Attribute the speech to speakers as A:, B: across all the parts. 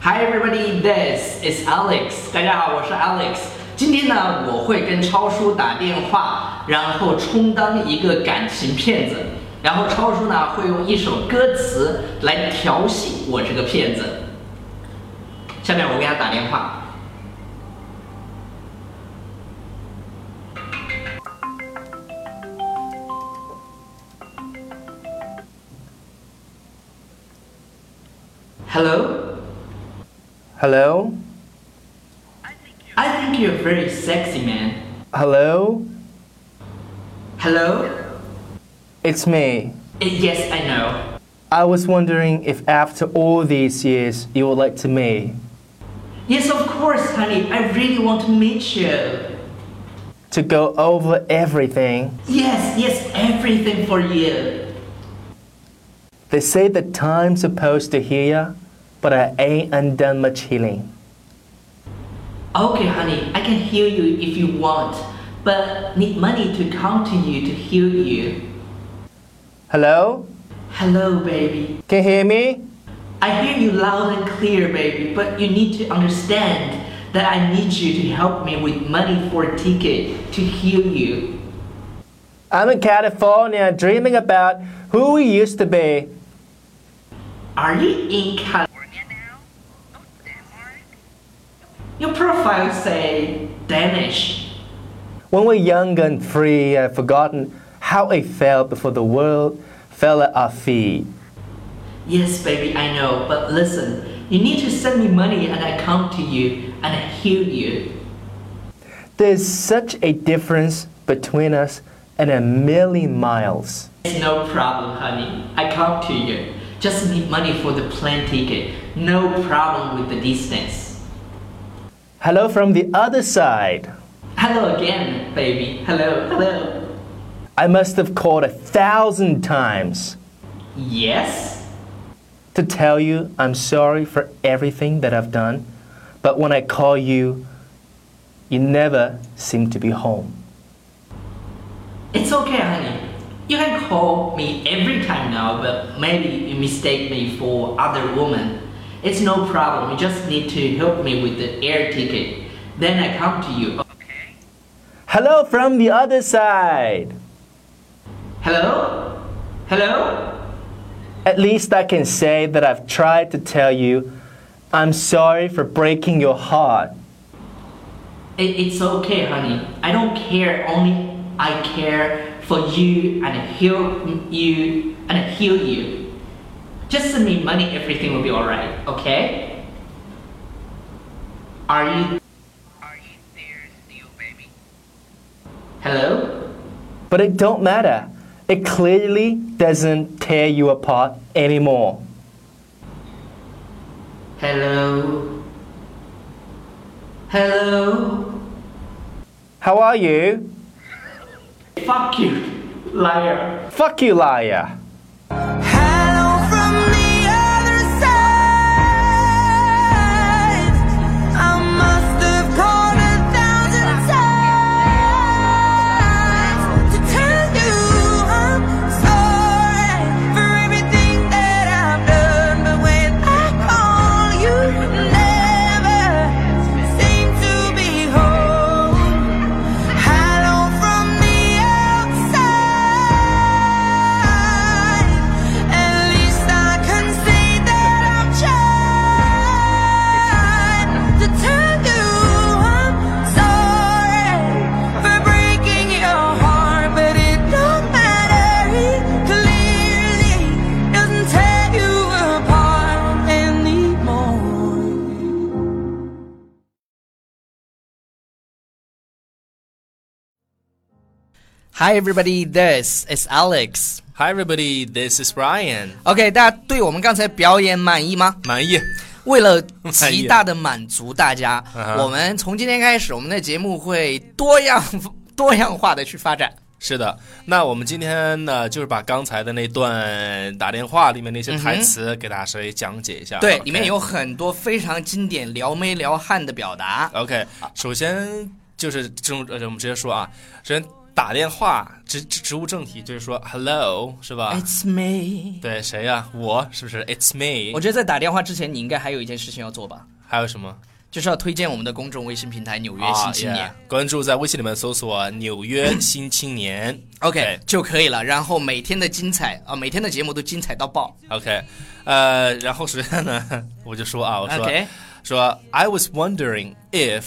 A: Hi everybody, this is Alex。大家好，我是 Alex。今天呢，我会跟超叔打电话，然后充当一个感情骗子，然后超叔呢会用一首歌词来调戏我这个骗子。下面我给他打电话。Hello,
B: Hello?
A: I think you're very sexy, man.
B: Hello?
A: Hello?
B: It's me.
A: Eh, Yes, I know.
B: I was wondering if after all these years you would like to meet.
A: Yes, of course, honey. I really want to meet you.
B: To go over everything.
A: Yes, yes, everything for you.
B: They say that time's supposed to heal, but I ain't undone much healing.
A: Okay, honey, I can heal you if you want, but need money to come to you to heal you.
B: Hello?
A: Hello, baby.
B: Can you hear me?
A: I hear you loud and clear, baby, but you need to understand that I need you to help me with money for a ticket to heal you.
B: I'm in California dreaming about who we used to be.
A: Are you in California?
C: California now? Oh, Denmark?
A: Your profile say Danish.
B: When we're young and free, I've forgotten how it felt before the world fell at our feet.
A: Yes, baby, I know, but listen, you need to send me money and I come to you and I heal you.
B: There's such a difference between us and a million miles.
A: It's no problem, honey. I come to you. Just need money for the plane ticket. No problem with the distance.
B: Hello from the other side.
A: Hello again, baby. Hello, hello.
B: I must have called a thousand times
A: Yes?
B: to tell you I'm sorry for everything that I've done, but when I call you, you never seem to be home.
A: It's okay, honey. You can call me every time now, but maybe you mistake me for other woman. It's no problem. You just need to help me with the air ticket. Then I come to you.
C: Okay.
B: Hello from the other side.
A: Hello? Hello?
B: At least I can say that I've tried to tell you I'm sorry for breaking your heart.
A: It, it's okay, honey. I don't care. Only I care for you and heal you and heal you. Just send me money. Everything will be alright. Okay? Are you?
C: Are you there still, baby?
A: Hello?
B: But it don't matter. It clearly doesn't tear you apart anymore.
A: Hello? Hello?
B: How are you?
A: Fuck you, liar.
B: Fuck you, liar.
D: Hello from the other side. I must have called a thousand times to tell you I'm sorry for everything that I've done. But when I call you, never seem to be home. Hello from the outside. At least I can say that I've tried to tell you I'm sorry for breaking your heart, but it don't matter. It clearly doesn't tear you apart anymore.
E: Hi everybody, this is Alex.
F: Hi everybody, this is Brian。
E: OK，大家对我们刚才表演满意吗？
F: 满意？
E: 为
G: 哎
E: 了极大的满足大家，
G: 啊
F: 满意嗯哼
E: 我们从今天开始，我们的节目会多 样多样化的去发展。
F: 是的，那我们今天呢，就是把刚才的那段打电话里面那些台
B: 嗯
F: 词给大家稍微讲解一
G: 啊
F: 下。
E: 对，
F: OK
E: 里面有。很多非常经典撩妹撩汉的表达。
F: OK，首先就是这种，呃我们直接说啊，首先
G: 打电话直直直入正题，就是说 hello 是吧？
E: 哎
A: It's me。
G: 对，谁呀、
F: 啊
G: 我是不是？It's me。
A: 我觉得在打电话之前，你应该还有一件事情要做吧，
G: 还有什么？
A: 就是要推荐我们的公众微信平台《纽约
G: 啊
A: 新青年》
G: yeah，关注在微信里面搜索“纽约新 青年
A: OK 就可以了。然后每天的精彩啊、每天的节目都精彩到爆。”
G: OK，呃，然后首先呢， 我就说啊，我说
A: OK
G: 说 I was wondering if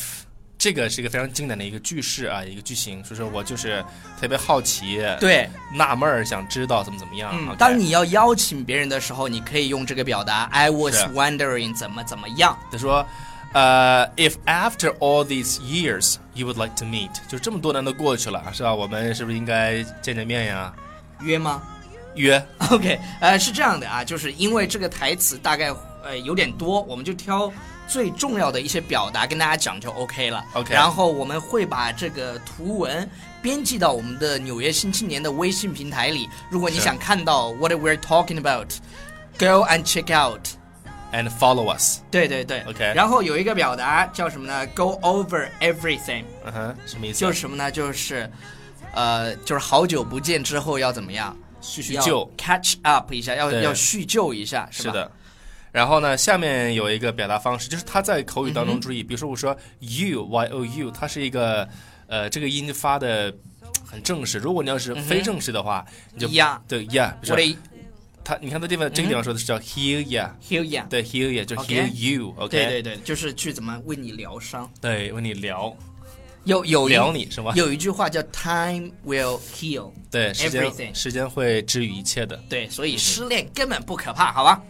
G: 这个是一个非常经典的一个句式啊，一个句型，所以说我就是特别好奇，，
A: 对，
G: 纳闷儿想知道怎么怎么样。
A: 嗯
G: OK
A: 当你要邀请别人的时候，你可以用这个表达 “I was
G: 是
A: wondering 怎么怎么样
G: 他说，呃，if after all these years you would like to meet，就这么多年都过去了，是吧？我们是不是应该见见面呀？”，
A: 约吗
G: 约
A: ？OK，呃，是这样的啊，就是因为这个台词大概呃有点多，我们就挑最重要的一些表达跟大家讲就 OK 了。
G: OK
A: 然后我们会把这个图文编辑到我们的《纽约新青年》的微信平台里。如果你
G: 是
A: 想看到 What we're talking about，go and check out。
G: and follow us，
A: 对对对
G: OK
A: 然后有一个表达叫什么呢？Go over everything。
G: 嗯哼，什么意思？
A: 就是什么呢？就是，呃，就是好久不见之后要怎么样？
G: 叙叙
A: 要
G: 旧。
A: ，catch up 一下，要
G: 对
A: 要叙旧一下，是
G: 是
A: 吧？
G: 的。然后呢，下面有一个表达方式，就是它在口语当中注意，比如说我说 you y o u，它是一个呃这个音发的很正式。如果你要是非正式的话，你就
A: 嗯 Yeah
G: 对 yeah，比如
A: 我
G: 说
A: 得
G: 它，你看它地方、这个地方说的是叫 hear yeah，
A: heal ya。
G: 对 hear yeah 就
A: OK
G: hear you，OK，、
A: 对对对，就是去怎么为你疗伤。
G: 对为你聊
A: 有有一
G: 聊你是吧？
A: 有一句话叫 time will heal。
G: 对时间
A: everything
G: 时间会治愈一切的。
A: 对，所以失恋根本不可怕，好吧？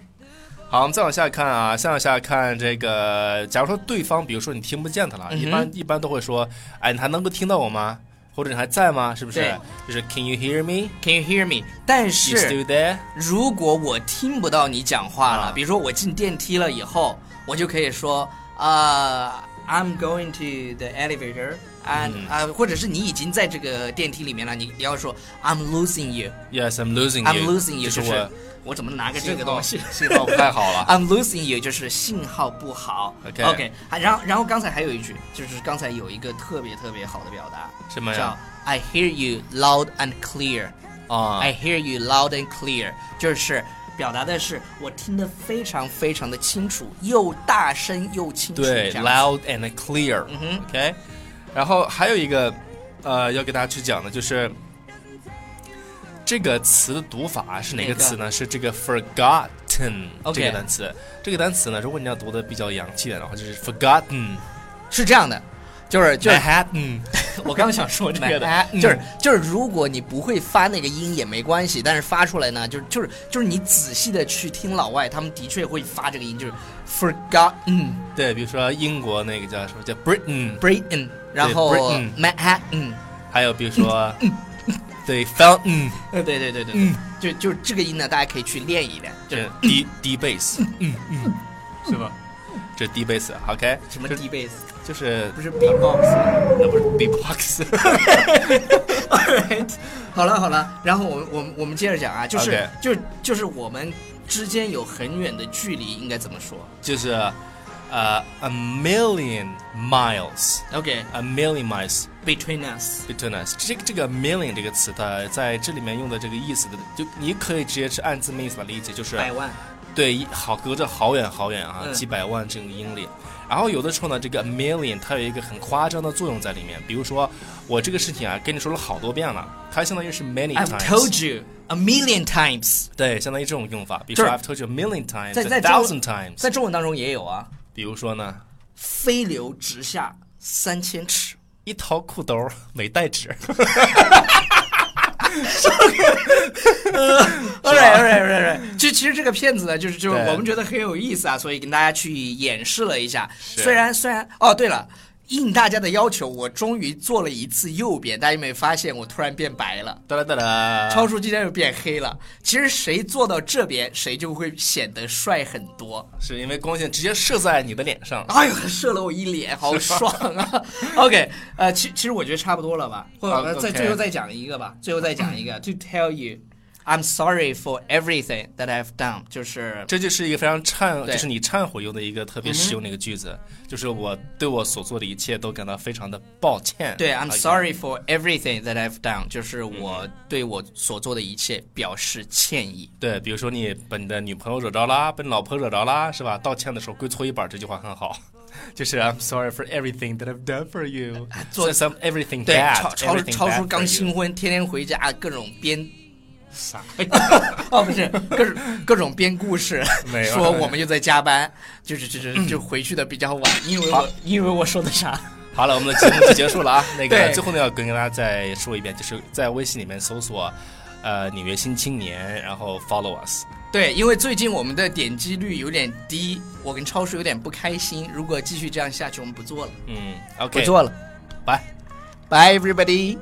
G: 好，我们再往下看啊，再往下看这个，假如说对方，比如说你听不见他了，
A: 嗯
G: 一般一般都会说，哎，你还能够听到我吗？或者你还在吗？是不是
A: 对？
G: 就是 Can you hear me?
A: Can you hear me？但
G: You
A: 是
G: still there?
A: 如果我听不到你讲话了，
G: 啊
A: 比如说我进电梯了以后，我就可以说，呃、i m going to the elevator and
G: 嗯
A: 啊、或者是你已经在这个电梯里面了，你你要说 I'm losing you，I'm
G: Yes, I'm losing you.
A: losing you，
G: 就是
A: 就是
G: 我
A: 我怎么拿个这
G: 信
A: 个
G: 号
A: 东西？
G: 信号不太好了。
A: I'm losing you，就是信号不好。
G: OK
A: 还然后然后刚才还有一句，就是刚才有一个特别特别好的表达，
G: 什么
A: 叫
G: 呀？
A: I hear you loud and clear。
G: 啊
A: I hear you loud and clear，就是表达的是我听得非常非常的清楚，又大声又清楚。
G: 对
A: 这样子嗯
G: ，loud and clear、OK，然后还有一个，呃，要给大家去讲的就是这个词的读法是哪
A: 哪
G: 个
A: 个
G: 词呢？是这个 forgotten
A: OK
G: 这个单词。这个单词呢，如果你要读的比较洋气点的话，就是 forgotten
A: 是这样的， 就是就是
G: Manhattan。
A: 我刚想说这个 的，
G: 嗯
A: 就是就是如果你不会发那个音也没关系，但是发出来呢，就是就是就是你仔细的去听老外，他们的确会发这个音，就是 forgotten
G: 对，比如说英国那个叫什么叫
A: 嗯
G: Britain，
A: Britain，然后
G: Britain
A: Manhattan。
G: 还有比如说对 fountain，
A: 呃，对对对对，对就就是这个音呢，大家可以去练一练，就
G: 这
A: 是
G: 是 D D bass，嗯嗯，是吧？这是 D bass，OK，
A: 什么
G: 这
A: D bass，
G: 就是
A: 不是 beatbox 吗？
G: 那不是 beatbox。
A: Alright，好了好了，然后我们我们我们接着讲啊，就是
G: OK
A: 就是就是我们之间有很远的距离，应该怎么说
G: 就是呃、a million miles，a
A: ？OK，between、
G: million miles
A: us，
G: between us 这个。这个 million 这个词，它在这里面用的这个意思的，就你可以直接是按字面意思来理解，就是
A: 百万
G: 对，一好隔着好远好远啊，
A: 嗯
G: 几百万这种英里。然后有的时候呢，这个 million 它有一个很夸张的作用在里面，比如说我这个事情啊，跟你说了好多遍了，它相当于是 many
A: ，I've
G: times。
A: told you a million times，
G: 对，相当于这种用法，比如说
A: 就是
G: I've told you a million times,
A: 在
G: a
A: 在中
G: thousand times。
A: 在中文当中也有啊，
G: 比如说呢，
A: 飞流直下三千尺。
G: 一掏裤兜儿没带纸。
A: Alright, alright, alright, alright。就其实这个片子呢，就是就是
G: 对
A: 我们觉得很有意思啊，所以跟大家去演示了一下。
G: 是
A: 虽然虽然哦，对了，应大家的要求，我终于做了一次右边，大家有没有发现我突然变白了？
G: 哒啦哒啦，
A: 超叔今天又变黑了。其实谁坐到这边，谁就会显得帅很多。
G: 是因为光线直接射在你的脸上。
A: 哎呦，射了我一脸，好爽啊！OK，呃，其其实我觉得差不多了吧，或者、呃
G: 好，OK
A: 再最后再讲一个吧，最后再讲一个。To tell you， I'm sorry for everything that I've done，就是
G: 这就是一个非常忏，
A: 对嗯
G: 就是你忏悔用的一个特别实用的一个句子，就是我对我所做的一切都感到非常的抱歉。
A: 对
G: 啊
A: ，I'm sorry for everything that I've done，就是我对我所做的一切表示歉意。
G: 对，比如说你把你的女朋友惹着啦，把你老婆惹着啦，是吧？道歉的时候跪搓衣板，这句话很好， 就是 I'm sorry for everything that I've done for you，
A: 哎做
G: s some everything
A: 对，
G: bad，
A: 超超
G: everything
A: 超
G: bad
A: 叔
G: for
A: 刚
G: you
A: 新婚，天天回家各种编
G: 啥？
A: 哦，不是，各种各种编故事
G: 没，有
A: 说我们又在加班，就是就是就回去的比较晚，因为我因为我说的啥？
G: 好了，我们的节目就结束 了啊。那个
A: 对
G: 最后呢，要跟大家再说一遍，就是在微信里面搜索呃纽约新青年，然后 follow us。
A: 对，因为最近我们的点击率有点低，我跟超叔有点不开心。如果继续这样下去，我们不做了，
G: 嗯，OK，
A: 做了。
G: 拜。
A: Bye everybody。